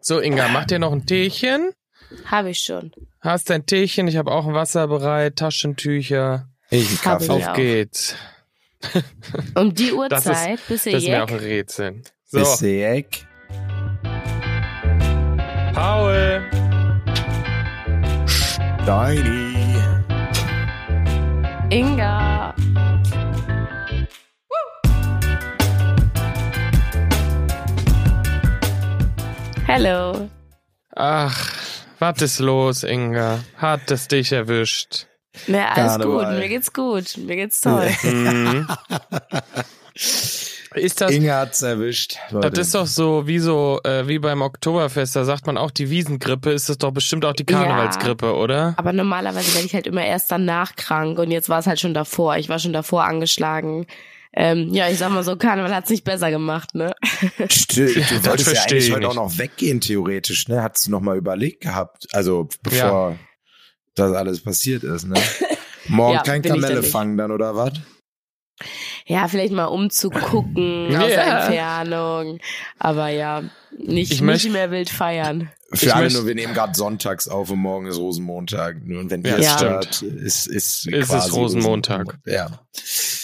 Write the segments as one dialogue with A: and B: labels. A: So, Inga, mach dir noch ein Teechen.
B: Habe ich schon.
A: Hast dein Teechen, ich habe auch ein Wasser bereit, Taschentücher.
C: Ich einen
B: Hab ich
C: Kaffee.
A: Auf
B: auch.
A: geht's.
B: Um die
A: Das
B: Uhrzeit, bis ihr
A: Das ist mir auch
B: jetzt.
A: ein Rätsel. So,
C: Bis Eck.
A: Paul.
C: Deini.
B: Inga. Hallo.
A: Ach, was ist los, Inga? Hat es dich erwischt?
B: Na, alles
C: Karneval.
B: gut. Mir geht's gut. Mir geht's toll.
A: Mhm. Ist das
C: Inge hat's erwischt. Leute.
A: Das ist doch so wie so äh, wie beim Oktoberfest, da sagt man auch die Wiesengrippe, ist das doch bestimmt auch die Karnevalsgrippe, oder?
B: Aber normalerweise werde ich halt immer erst danach krank und jetzt war es halt schon davor. Ich war schon davor angeschlagen. Ähm, ja, ich sag mal so, Karneval hat's nicht besser gemacht, ne?
C: Still,
A: Ja,
C: du
A: das
C: wolltest ja
A: versteh
C: eigentlich
A: ich
C: heute auch
A: nicht.
C: noch weggehen, theoretisch, ne? Hattest du noch mal überlegt gehabt, also bevor das alles passiert ist, ne? Morgen
B: Ja,
C: kein
B: bin ich dann
C: Kamelle
B: nicht.
C: fangen dann, oder was?
B: Ja, vielleicht mal umzugucken aus
A: Ja.
B: Entfernung. Aber ja, nicht,
A: Ich
B: nicht
A: möcht-
B: mehr wild feiern.
C: Für
A: Ich
C: alle
A: möcht-
C: nur, wir nehmen gerade sonntags auf und morgen ist Rosenmontag. Nur Und wenn
A: Ja,
C: ihr es
B: das
C: hört, ist, ist,
A: Ist es
C: quasi
A: Rosenmontag.
C: Ja.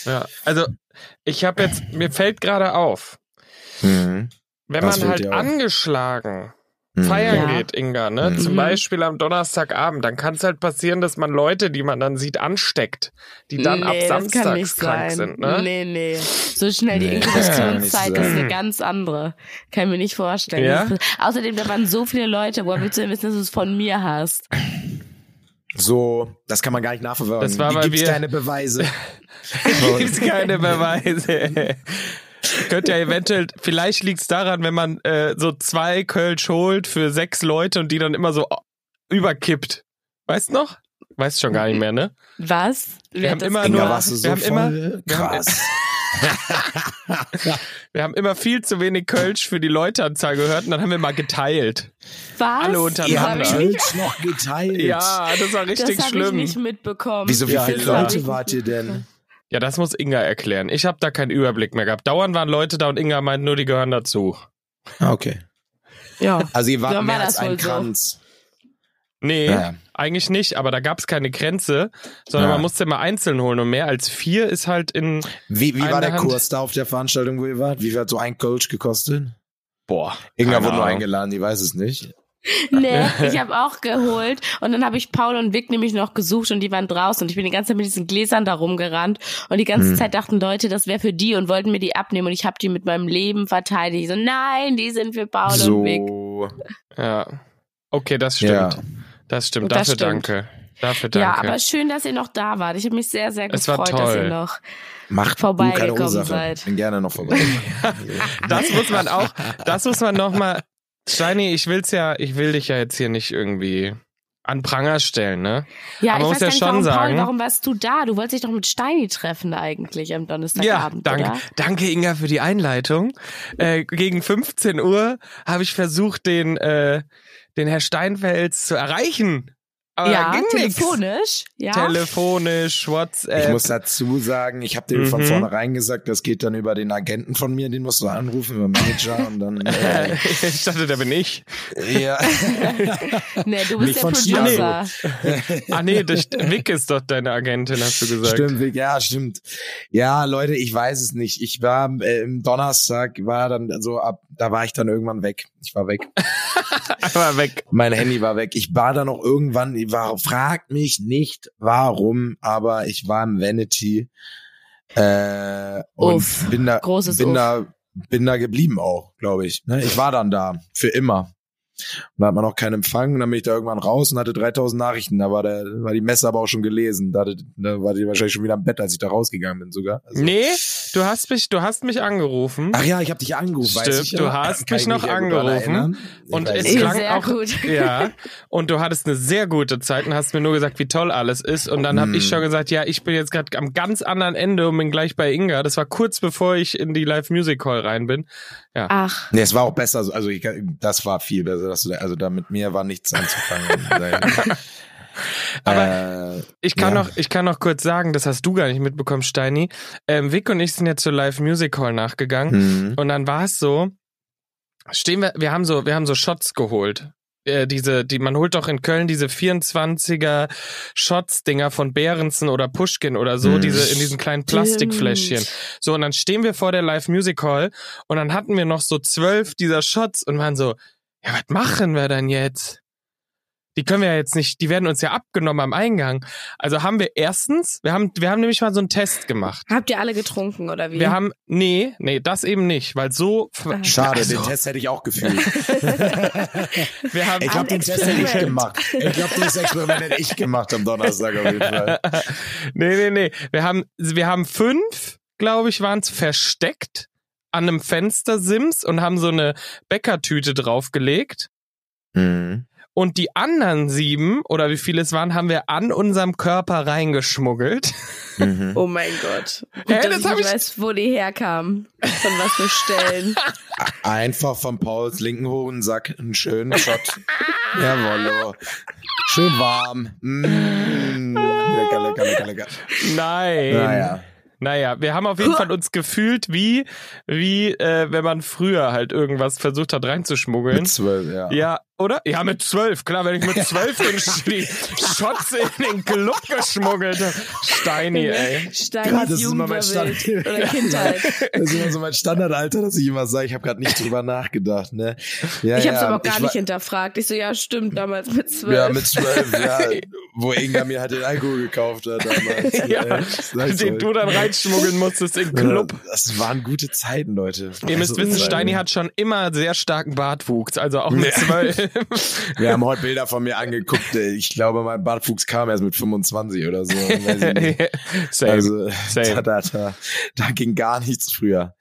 A: Ja. Also, ich habe jetzt mir fällt gerade auf,
C: Mhm.
A: wenn
C: Was
A: man
C: fällt
A: halt
C: dir auf?
A: angeschlagen
C: Mhm.
A: feiern
B: Ja.
A: geht, Inga, ne?
C: Mhm.
A: Zum Beispiel am Donnerstagabend, dann kann es halt passieren, dass man Leute, die man dann sieht, ansteckt, die dann ab
B: nee, das
A: Samstag
B: kann nicht
A: krank
B: sein.
A: sind, ne?
B: Nee, nee. So schnell die
C: Nee, das kann nicht
B: Inkubationszeit ist
C: sein.
B: eine ganz andere. Kann ich mir nicht vorstellen.
A: Ja?
B: Das ist- Außerdem, da waren so viele Leute. Woher willst du denn wissen, dass du es von mir hast?
C: So, das kann man gar nicht nachverfolgen.
A: Das war,
C: Hier
A: weil
C: gibt's
A: wir-
C: keine Beweise.
A: Gibt's Oh, keine Beweise. Könnte ja eventuell, vielleicht liegt's daran, wenn man äh, so zwei Kölsch holt für sechs Leute und die dann immer so überkippt. Weißt noch? Weißt schon gar nicht mehr, ne?
B: Was? Wer
A: Wir
B: hat
A: haben
B: das
A: immer
C: Inga,
A: nur-
B: gemacht?
C: warst du
A: wir
C: so
A: haben immer-
C: voll?
A: wir haben-
C: Krass.
A: Wir haben immer viel zu wenig Kölsch für die Leuteanzahl gehört und dann haben wir mal geteilt.
B: Was?
A: alle
C: Ihr
A: untereinander.
C: habt
A: Hab ich
C: Kölsch noch geteilt.
A: Ja, das war
B: Das
A: richtig
B: habe ich
A: schlimm.
B: nicht mitbekommen.
C: Wieso, wie
A: Ja,
C: viele
A: klar.
C: Leute wart ihr denn?
A: ja, das muss Inga erklären. Ich habe da keinen Überblick mehr gehabt. Dauernd waren Leute da und Inga meint nur, die gehören dazu.
C: Ah, okay.
B: Ja.
C: Also ihr wart
B: Dann war
C: mehr als
B: das
C: ein
B: wohl so.
C: Kranz.
A: Nee,
C: Ja.
A: eigentlich nicht, aber da gab's keine Grenze, sondern
C: Ja.
A: man musste immer einzeln holen und mehr als vier ist halt in,
C: Wie, wie war
A: Eine
C: der
A: Hand.
C: Kurs da auf der Veranstaltung, wo ihr wart? Wie viel hat so ein Kölsch gekostet?
A: boah,
C: Inga
A: keine
C: wurde nur
A: Ahnung.
C: eingeladen, die weiß es nicht.
B: Nee, ich habe auch geholt und dann habe ich Paul und Vic nämlich noch gesucht und die waren draußen und ich bin die ganze Zeit mit diesen Gläsern da rumgerannt und die
A: Hm.
B: ganze Zeit dachten Leute, das wäre für die und wollten mir die abnehmen und ich habe die mit meinem Leben verteidigt. Ich So, nein, die sind für Paul und Vic.
C: So.
A: Ja. Okay, das stimmt.
C: Ja.
A: Das stimmt.
B: Das
A: Dafür
B: stimmt.
A: danke. Dafür
B: Ja,
A: danke.
B: aber schön, dass ihr noch da wart. Ich habe mich sehr, sehr
A: Es war
B: gefreut, dass ihr
A: toll.
B: noch.
C: Macht
B: Vorbeigekommen
C: du keine Ursache.
B: seid.
C: Bin gerne noch vorbei.
A: das muss man auch, das muss man nochmal. Steini, ich will's ja, ich will dich ja jetzt hier nicht irgendwie an Pranger stellen, ne?
B: Ja,
A: Aber man
B: ich weiß
A: muss ja
B: gar nicht,
A: schon
B: warum,
A: sagen-
B: Paul, warum warst du da? Du wolltest dich doch mit Steini treffen eigentlich am Donnerstagabend,
A: danke,
B: oder?
A: danke Inga für die Einleitung. Äh, gegen 15 Uhr habe ich versucht, den, äh, den Herr Steinfels zu erreichen. Aber da
B: ja,
A: ging nix.
B: telefonisch. Ja.
A: Telefonisch, WhatsApp.
C: Ich muss dazu sagen, ich habe dir von
A: Mhm.
C: vornherein gesagt, das geht dann über den Agenten von mir, den musst du anrufen, über den Manager und dann. Äh,
A: ich dachte, da bin ich.
C: ja.
B: nee, du
C: Nicht
B: bist der
C: von Steini.
B: Producer.
A: Ah nee, das, Vic ist doch deine Agentin, hast du gesagt.
C: Stimmt, Vic, ja, stimmt. Ja, Leute, ich weiß es nicht. Ich war äh, im Donnerstag, war dann so ab, da war ich dann irgendwann weg. Ich war weg.
A: Einmal weg.
C: Mein Handy war weg. Ich war dann noch irgendwann, ich war, fragt mich nicht warum, aber ich war im Vanity. Äh, und
B: Uff,
C: bin da,
B: großes
C: bin
B: Uff.
C: da, bin da geblieben auch, glaube ich. ne? Ich war dann da. Für immer. Und da hat man auch keinen Empfang. Und dann bin ich da irgendwann raus und hatte 3000 Nachrichten. Da war der, war die Messe aber auch schon gelesen. Da, hatte, da war die wahrscheinlich schon wieder im Bett, als ich da rausgegangen bin sogar. Also-
A: Nee, du hast mich, du hast mich angerufen.
C: Ach ja, ich habe dich angerufen. weiß
A: Stimmt,
C: ich
A: du
C: ja.
A: hast
C: Kann
A: mich
C: ich
A: noch
C: ja gut daran
A: angerufen.
C: erinnern. Ich
A: und
C: weiß
A: es
C: nicht.
B: Sehr
A: klang auch
B: gut.
A: ja und du hattest eine sehr gute Zeit und hast mir nur gesagt, wie toll alles ist und dann habe
C: Hm.
A: ich schon gesagt, ja, ich bin jetzt gerade am ganz anderen Ende und bin gleich bei Inga. Das war kurz bevor ich in die Live Music Hall rein bin.
B: Ach,
C: Nee, es war auch besser. so- Also ich, das war viel besser, dass du da, also da mit mir war nichts anzufangen. Nein.
A: Aber
C: äh,
A: Ich kann
C: Ja.
A: noch, ich kann noch kurz sagen, das hast du gar nicht mitbekommen, Steini. Ähm, Vic und ich sind jetzt zur Live Music Hall nachgegangen
C: hm.
A: und dann war es so. stehen wir, wir haben so, wir haben so Shots geholt. Äh, diese, die, man holt doch in Köln diese 24er Shots-Dinger von Behrensen oder Pushkin oder so,
C: Mhm.
A: diese in diesen kleinen Plastikfläschchen. So, und dann stehen wir vor der Live Music Hall und dann hatten wir noch so zwölf dieser Shots und waren so, ja, was machen wir denn jetzt? Die können wir ja jetzt nicht, die werden uns ja abgenommen am Eingang. Also haben wir erstens, wir haben, wir haben nämlich mal so einen Test gemacht.
B: Habt ihr alle getrunken oder wie?
A: Wir haben, nee, nee, das eben nicht, weil so,
B: Ah.
C: Schade,
A: Also.
C: den Test hätte ich auch gefühlt.
A: wir haben,
C: Ich habe den Test ja nicht
B: Experiment.
C: gemacht. Ich glaube, das Experiment hätte ich gemacht am Donnerstag auf jeden Fall.
A: nee, nee, nee. Wir haben, wir haben fünf, glaube ich, waren es versteckt an einem Fenstersims und haben so eine Bäckertüte draufgelegt.
C: Mhm.
A: Und die anderen sieben, oder wie viele es waren, haben wir an unserem Körper reingeschmuggelt.
C: Mhm.
B: Oh mein Gott. Gut,
A: Hä, das
B: dass ich
A: hab
B: nicht
A: ich-
B: weiß, wo die herkamen. Von was für Stellen.
C: Einfach von Pauls linken Hohensack einen schönen Shot. Jawollo. Schön warm. Mm. Lecker, lecker, lecker, lecker.
A: Nein.
C: Naja.
A: Naja, wir haben auf jeden Fall uns gefühlt wie, wie äh, wenn man früher halt irgendwas versucht hat reinzuschmuggeln.
C: Mit zwölf, ja.
A: Ja, oder? Ja, mit zwölf. Klar, wenn ich mit zwölf in Sch- die Shots in den Club geschmuggelt habe. Steini, ey.
B: Stein
C: Gott, das ist immer mein Stand.
B: Oder Kindheit.
C: Das ist immer so mein Standardalter, dass ich immer sage, ich habe gerade nicht drüber nachgedacht. Ne? Ja,
B: Ich hab's
C: ja.
B: aber auch gar
C: Ich
B: nicht
C: war-
B: hinterfragt. Ich so, ja, stimmt, damals mit zwölf.
C: Ja, mit zwölf, ja. Wo Inga mir halt den Alkohol gekauft hat damals.
A: Ja,
C: Äh, sag's
A: Den
C: euch.
A: du dann reinschmuggeln musstest in den Club.
C: Ja, Das waren gute Zeiten, Leute.
A: Ihr müsst
C: Also,
A: wissen,
C: äh,
A: Steini hat schon immer sehr starken Bartwuchs, also auch mit zwölf.
C: Wir haben heute Bilder von mir angeguckt. ey. Ich glaube, mein Bartwuchs kam erst mit 25 oder so. Weiß ich nicht.
A: Same.
C: also,
A: same.
C: da, da, da, da ging gar nichts früher.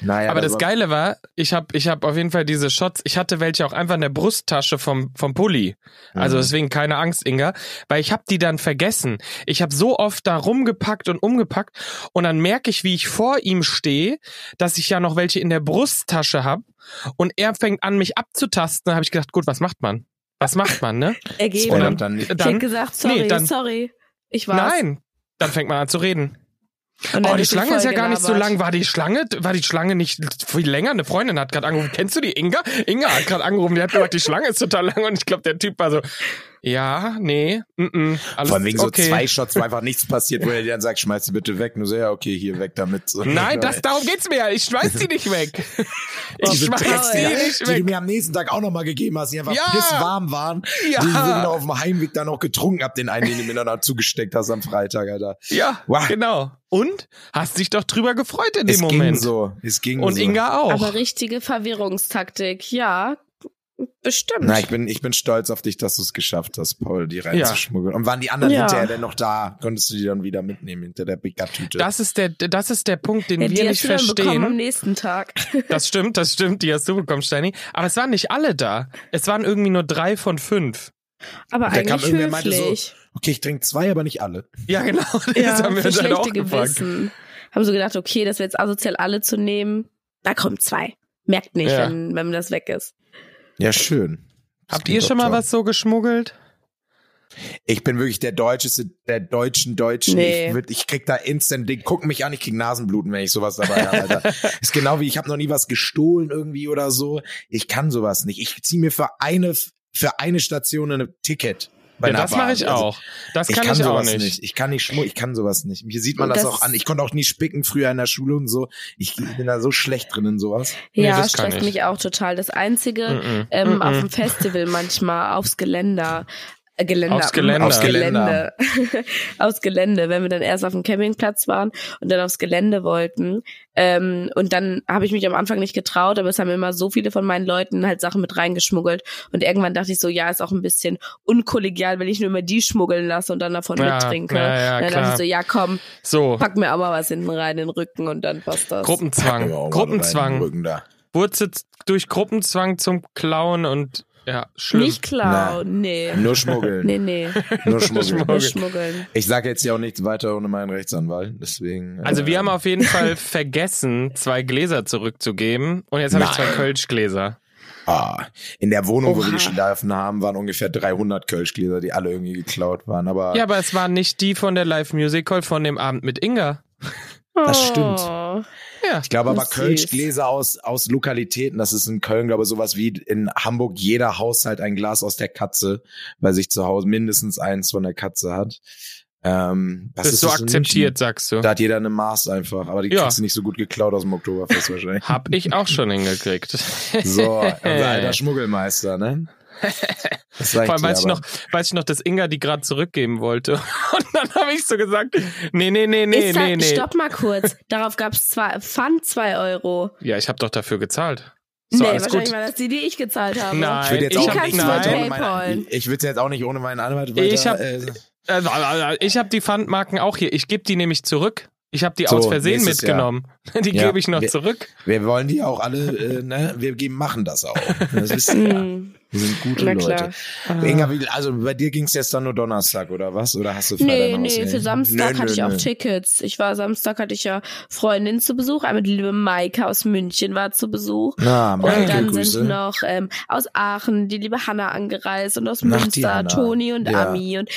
C: Naja,
A: Aber das
C: war-
A: Geile war, ich habe ich hab auf jeden Fall diese Shots, ich hatte welche auch einfach in der Brusttasche vom, vom Pulli. Also
C: Mhm.
A: deswegen keine Angst, Inga, weil ich habe die dann vergessen. Ich habe so oft da rumgepackt und umgepackt und dann merke ich, wie ich vor ihm stehe, dass ich ja noch welche in der Brusttasche habe und er fängt an, mich abzutasten. Da habe ich gedacht, gut, was macht man? Was macht man, ne?
C: Spoiler
B: Ergeben.
C: dann nicht.
B: Ich hätte
A: Dann,
B: gesagt, sorry,
A: Nee, dann-
B: sorry. Ich war's.
A: nein, dann fängt man an zu reden.
B: Und dann
A: Oh,
B: hab
A: die
B: ich dich
A: Schlange ist ja
B: voll
A: gar nicht so
B: gelabert.
A: lang. War die Schlange, war die Schlange nicht viel länger? Eine Freundin hat gerade angerufen. Kennst du die Inga? Inga hat gerade angerufen. Die hat gesagt, die Schlange ist total lang. Und ich glaube, der Typ war so, ja, nee, mm -mm, alles
C: Von wegen
A: okay.
C: so zwei Shots, wo einfach nichts passiert, wo er dir dann sagt, schmeiß sie bitte weg. Nur so, ja, okay, hier, weg damit. So.
A: Nein, das, darum geht's mir ja. Ich schmeiß die nicht weg. Ich
C: Diese
A: schmeiß
C: Drecks,
A: die
C: Digga,
A: nicht
C: Die du
A: weg.
C: mir am nächsten Tag auch nochmal gegeben hast, die einfach
A: Ja.
C: pisswarm waren.
A: Ja.
C: Die genau- ich sogar auf dem Heimweg dann noch getrunken hab, den einen, den du mir dann noch zugesteckt hast am Freitag, Alter.
A: Ja,
C: Wow.
A: genau. Und? Hast dich doch drüber gefreut in dem
C: es
A: Moment.
C: ging so. Es ging
A: Und
C: so.
A: Inga auch.
B: Aber richtige Verwirrungstaktik, ja. Bestimmt.
C: Na, ich bin, ich bin stolz auf dich, dass du es geschafft hast, Paul, die reinzuschmuggeln. Und waren die anderen
B: Ja.
C: hinterher denn noch da? Konntest du die dann wieder mitnehmen hinter der Bigger-Tüte?
A: Das ist der, das ist der Punkt, den
B: ja, die
A: wir nicht
B: hast du dann bekommen am
A: verstehen.
B: nächsten Tag.
A: Das stimmt, das stimmt, die hast du bekommen, Steini. Aber es waren nicht alle da. Es waren irgendwie nur drei von fünf.
B: Aber
C: Da kam
B: eigentlich
C: irgendwer und meinte so,
B: höflich.
C: Okay, ich trinke zwei, aber nicht alle.
A: Ja, genau, das
B: ja,
A: haben wir
B: für
A: uns dann auch
B: schlechte
A: gefragt.
B: Gewissen. Haben so gedacht, okay, das wäre jetzt asozial alle zu nehmen. Da kommen zwei. Merkt nicht,
A: Ja.
B: wenn, wenn das weg ist.
C: Ja, schön. Das
A: Habt
C: klingt
A: ihr schon
C: doch
A: mal
C: toll.
A: was so geschmuggelt?
C: Ich bin wirklich der Deutscheste der deutschen Deutschen.
B: Nee.
C: Ich, würd, ich krieg da instant Ding. Guck mich an, ich krieg Nasenbluten, wenn ich sowas dabei habe, Alter. Ist genau wie, ich habe noch nie was gestohlen irgendwie oder so. Ich kann sowas nicht. Ich zieh mir für eine, für eine Station ein Ticket. bei
A: Ja,
C: einer
A: das mache
C: Bahn.
A: ich
C: Also,
A: auch. Das kann ich, auch
C: sowas
A: nicht.
C: Ich kann nicht schmuggeln, ich kann sowas nicht. Hier sieht man
B: Und
C: das,
B: das-
C: auch an. Ich konnte auch nie spicken früher in der Schule und so. Ich bin da so schlecht drin in sowas.
A: Nee,
B: ja,
A: das kann
B: stresst
A: ich.
B: mich auch total. Das Einzige,
A: Mhm.
B: ähm,
A: Mhm.
B: auf dem Festival manchmal aufs Geländer. äh, Geländer.
A: Aufs Geländer.
C: Aufs Geländer.
B: Gelände. aufs Gelände, wenn wir dann erst auf dem Campingplatz waren und dann aufs Gelände wollten. Ähm, und dann habe ich mich am Anfang nicht getraut, aber es haben immer so viele von meinen Leuten halt Sachen mit reingeschmuggelt. Und irgendwann dachte ich so, ja, ist auch ein bisschen unkollegial, wenn ich nur immer die schmuggeln lasse und dann davon
A: Ja,
B: mittrinke.
A: ja, ja,
B: und dann
A: klar.
B: dachte ich so, ja, komm,
A: So,
B: pack mir auch mal was hinten rein in den Rücken und dann passt das.
C: Packen wir auch
A: Gruppenzwang.
C: mal rein in den
A: Gruppenzwang.
C: Rücken da.
A: Wurzelt durch Gruppenzwang zum Klauen und ja, schlimm.
B: Nicht klauen, nee.
C: Nur schmuggeln.
B: Nee, nee. Nur
C: Nur schmuggeln.
A: Schmuggeln.
B: schmuggeln.
C: Ich sage jetzt ja auch nichts weiter ohne meinen Rechtsanwalt, deswegen.
A: Also wir
C: äh,
A: haben auf jeden Fall vergessen, zwei Gläser zurückzugeben. Und jetzt habe ich zwei
C: Nein.
A: Kölschgläser.
C: ah, in der Wohnung, wo wir
B: Oha.
C: geschlafen haben, waren ungefähr 300 Kölschgläser, die alle irgendwie geklaut waren. Aber
A: Ja, aber es waren nicht die von der Live Music Hall von dem Abend mit Inga.
C: Das stimmt.
B: Oh.
A: ja.
C: Ich glaube aber
B: Süß.
C: Kölschgläser aus, aus Lokalitäten, das ist in Köln, glaube ich, sowas wie in Hamburg jeder Haushalt ein Glas aus der Katze, weil sich zu Hause mindestens eins von der Katze hat. Ähm, was
A: Das ist so
C: das in München?
A: akzeptiert, sagst du.
C: Da hat jeder eine Maß einfach, aber die
A: Ja.
C: kriegst du nicht so gut geklaut aus dem Oktoberfest wahrscheinlich.
A: Hab ich auch schon hingekriegt.
C: So, unser alter Schmuggelmeister, ne? Das sag
A: Vor allem
C: dir
A: weiß ich,
C: aber.
A: noch, weiß ich noch, dass Inga die gerade zurückgeben wollte. Und dann habe ich so gesagt, nee, nee, nee, nee,
B: ist da,
A: nee, nee.
B: Stopp mal kurz. Darauf gab es zwei Pfand 2 Euro.
A: Ja, ich habe doch dafür gezahlt. So,
B: nee,
A: alles
B: wahrscheinlich
A: gut.
B: war das die, die ich gezahlt habe.
A: Nein,
C: Ich würde jetzt,
A: Ich
C: auch
A: hab-
C: nicht
A: nein.
C: weiter ohne
B: Paypal.
C: meinen- ich würd's jetzt auch nicht ohne meinen Anwalt weiter.
A: Ich hab-
C: äh,
A: Also, also, Ich habe die Pfandmarken auch hier. Ich gebe die nämlich zurück. Ich habe die
C: So,
A: aus Versehen
C: nächstes Jahr.
A: mitgenommen. Die
C: Ja.
A: gebe ich noch
C: Wir-
A: zurück.
C: wir wollen die auch alle, äh, ne? Wir geben, machen das auch. Das wissen wir.
B: Hm,
C: Wir sind gute
B: na klar.
C: Leute. Inga, wie- also bei dir ging's jetzt dann nur Donnerstag oder was? Oder hast du Freitag
B: Nee,
C: noch was
B: nee,
C: gesehen?
B: für Samstag
C: Nö,
B: hatte
C: nö,
B: ich auch
C: nö.
B: Tickets. Ich war Samstag, hatte ich ja Freundin zu Besuch. Einmal die liebe Maike aus München war zu Besuch.
C: Na,
B: Und
C: Maike,
B: dann
C: Grüße.
B: sind noch ähm, aus Aachen die liebe Hanna angereist und aus
C: Ach, die
B: Münster
C: Hanna.
B: Toni und
C: Ja.
B: Ami und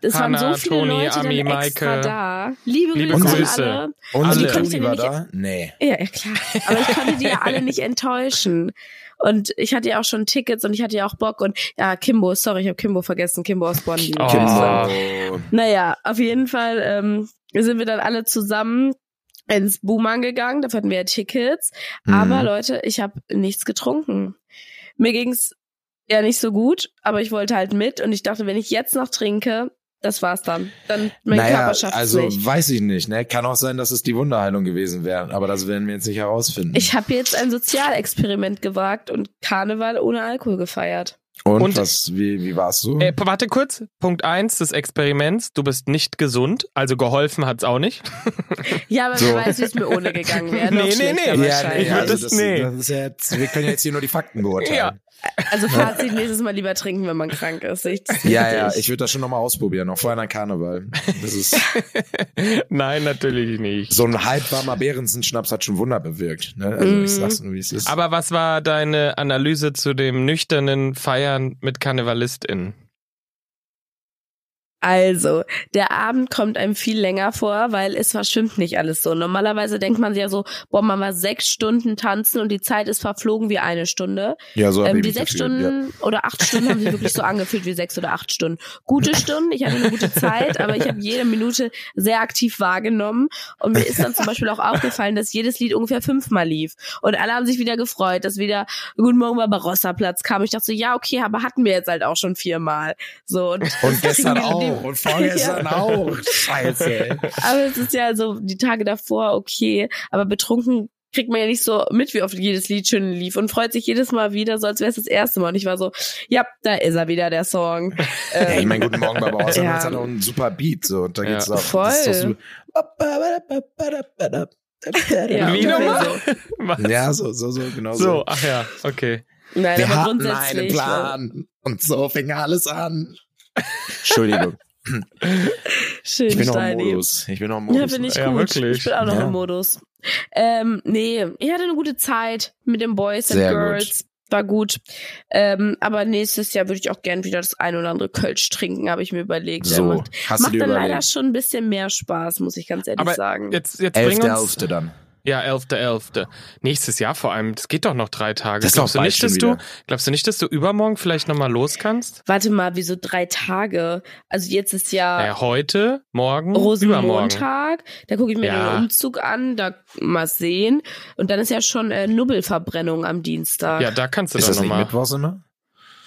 B: es
A: Hanna,
B: waren so viele
A: Toni,
B: Leute
A: Ami,
B: dann extra
A: Maike.
B: da. Liebe,
A: Liebe
B: Grüße,
A: Grüße.
B: an alle.
C: Und
A: Alle.
C: die
A: Die
B: konnte
C: Toni war
B: nämlich-
C: da? Nee.
B: Ja, ja, klar. Aber ich konnte die ja alle nicht enttäuschen. Und ich hatte ja auch schon Tickets und ich hatte ja auch Bock und ja, Kimbo, sorry, ich habe Kimbo vergessen, Kimbo aus Bonn.
A: Oh.
B: Kimbo.
C: Kimbo.
B: Naja, auf jeden Fall ähm, sind wir dann alle zusammen ins Boomerang gegangen, dafür hatten wir ja Tickets. Aber
C: Mhm.
B: Leute, ich habe nichts getrunken. Mir ging's ja nicht so gut, aber ich wollte halt mit und ich dachte, wenn ich jetzt noch trinke, das war's dann. Dann mein
C: naja,
B: Körper schafft's
C: also
B: nicht.
C: weiß ich nicht, ne? Kann auch sein, dass es die Wunderheilung gewesen wäre, aber das werden wir jetzt nicht herausfinden.
B: Ich habe jetzt ein Sozialexperiment gewagt und Karneval ohne Alkohol gefeiert.
C: und,
A: Und-
C: was, wie, wie war's so?
A: Äh, p- warte kurz. Punkt eins des Experiments. Du bist nicht gesund. Also geholfen hat's auch nicht.
B: Ja, aber
C: So.
B: wer weiß, wie es mir ohne gegangen wäre. Noch
A: Nee, nee,
B: schlechter
A: nee. Ja,
B: wahrscheinlich.
A: ich würd das- nee.
C: also das ist ja jetzt, wir können ja jetzt hier nur die Fakten beurteilen.
B: Also Fazit, nächstes Mal lieber trinken, wenn man krank ist. Ich,
C: Ja, ja, ich würde das schon nochmal ausprobieren, auch vor einer Karneval. Das ist,
A: Nein, natürlich nicht.
C: so ein halbwarmer Behrensen-Schnaps hat schon Wunder bewirkt, ne? Also
B: Mhm.
C: ich sag's nur, wie es ist.
A: Aber was war deine Analyse zu dem nüchternen Feiern mit KarnevalistInnen?
B: Also, der Abend kommt einem viel länger vor, weil es verschwimmt nicht alles so. Normalerweise denkt man sich ja so, boah, man war sechs Stunden tanzen und die Zeit ist verflogen wie eine Stunde.
C: ja, so hab
B: Ähm,
C: ich
B: die
C: mich
B: sechs
C: gefühlt, ja.
B: Stunden oder acht Stunden haben sich wirklich so angefühlt wie sechs oder acht Stunden. Gute Stunden, ich hatte eine gute Zeit, aber ich habe jede Minute sehr aktiv wahrgenommen. Und mir ist dann zum Beispiel auch aufgefallen, dass jedes Lied ungefähr fünfmal lief. Und alle haben sich wieder gefreut, dass wieder Guten Morgen bei Barossa-Platz kam. Ich dachte so, ja, okay, aber hatten wir jetzt halt auch schon viermal. So, und
C: Und gestern
B: kriegen wir
C: auch. Und vorgestern auch. Scheiße. ey.
B: aber es ist ja so die Tage davor okay, aber betrunken kriegt man ja nicht so mit, wie oft jedes Lied schön lief und freut sich jedes Mal wieder, so als wäre es das erste Mal. Und ich war so, ja, da ist er wieder, der Song.
C: Ja, ich
B: Ähm,
C: mein, guten Morgen, Baba. Außer
B: Ja.
C: ja. hat auch einen super Beat. So, und da
A: Ja.
C: geht's auch.
B: Voll.
C: das ist
B: ja,
A: Wie
B: ungefähr
A: nochmal?
B: so.
A: Was?
C: So, ja, so, so, so, genau so.
A: So, ach ja, okay.
B: Nein,
C: Wir
B: aber
C: hatten
B: grundsätzlich.
C: einen Plan. Und so fing alles an. Entschuldigung.
B: äh, Schön,
C: Ich bin noch im
B: Steini.
C: Modus. Ich bin noch im
B: Ja,
C: Modus.
B: finde ich
A: Ja,
B: gut.
A: wirklich.
B: ich bin auch noch
C: Ja.
B: im Modus. Ähm, nee, ich hatte eine gute Zeit mit den Boys and
C: Sehr gut.
B: Girls. War gut. Ähm, aber nächstes Jahr würde ich auch gern wieder das ein oder andere Kölsch trinken, habe ich mir überlegt.
C: So,
B: Macht-
C: hast du
B: Macht
C: dir
B: dann leider
C: überlegt?
B: schon ein bisschen mehr Spaß, muss ich ganz ehrlich
A: Aber
B: sagen.
A: Jetzt, jetzt bring
C: Elfte,
A: uns.
C: elfte dann.
A: Ja, 11.11. Nächstes Jahr vor allem. Das geht doch noch drei Tage.
C: Das ist
A: glaubst,
C: doch
A: du
C: bald
A: nicht,
C: schon
A: dass du,
C: wieder.
A: glaubst du nicht, dass du übermorgen vielleicht nochmal los kannst?
B: Warte mal, wieso drei Tage? Also jetzt ist ja
A: Naja, heute, morgen, hm, übermorgen.
B: Rosenmontag, da gucke ich mir
A: Ja.
B: den Umzug an, da mal sehen. Und dann ist ja schon äh, Nubbelverbrennung am Dienstag.
A: Ja, da kannst du
C: Ist
A: dann
C: das nicht
A: nochmal.
C: Mittwochs immer?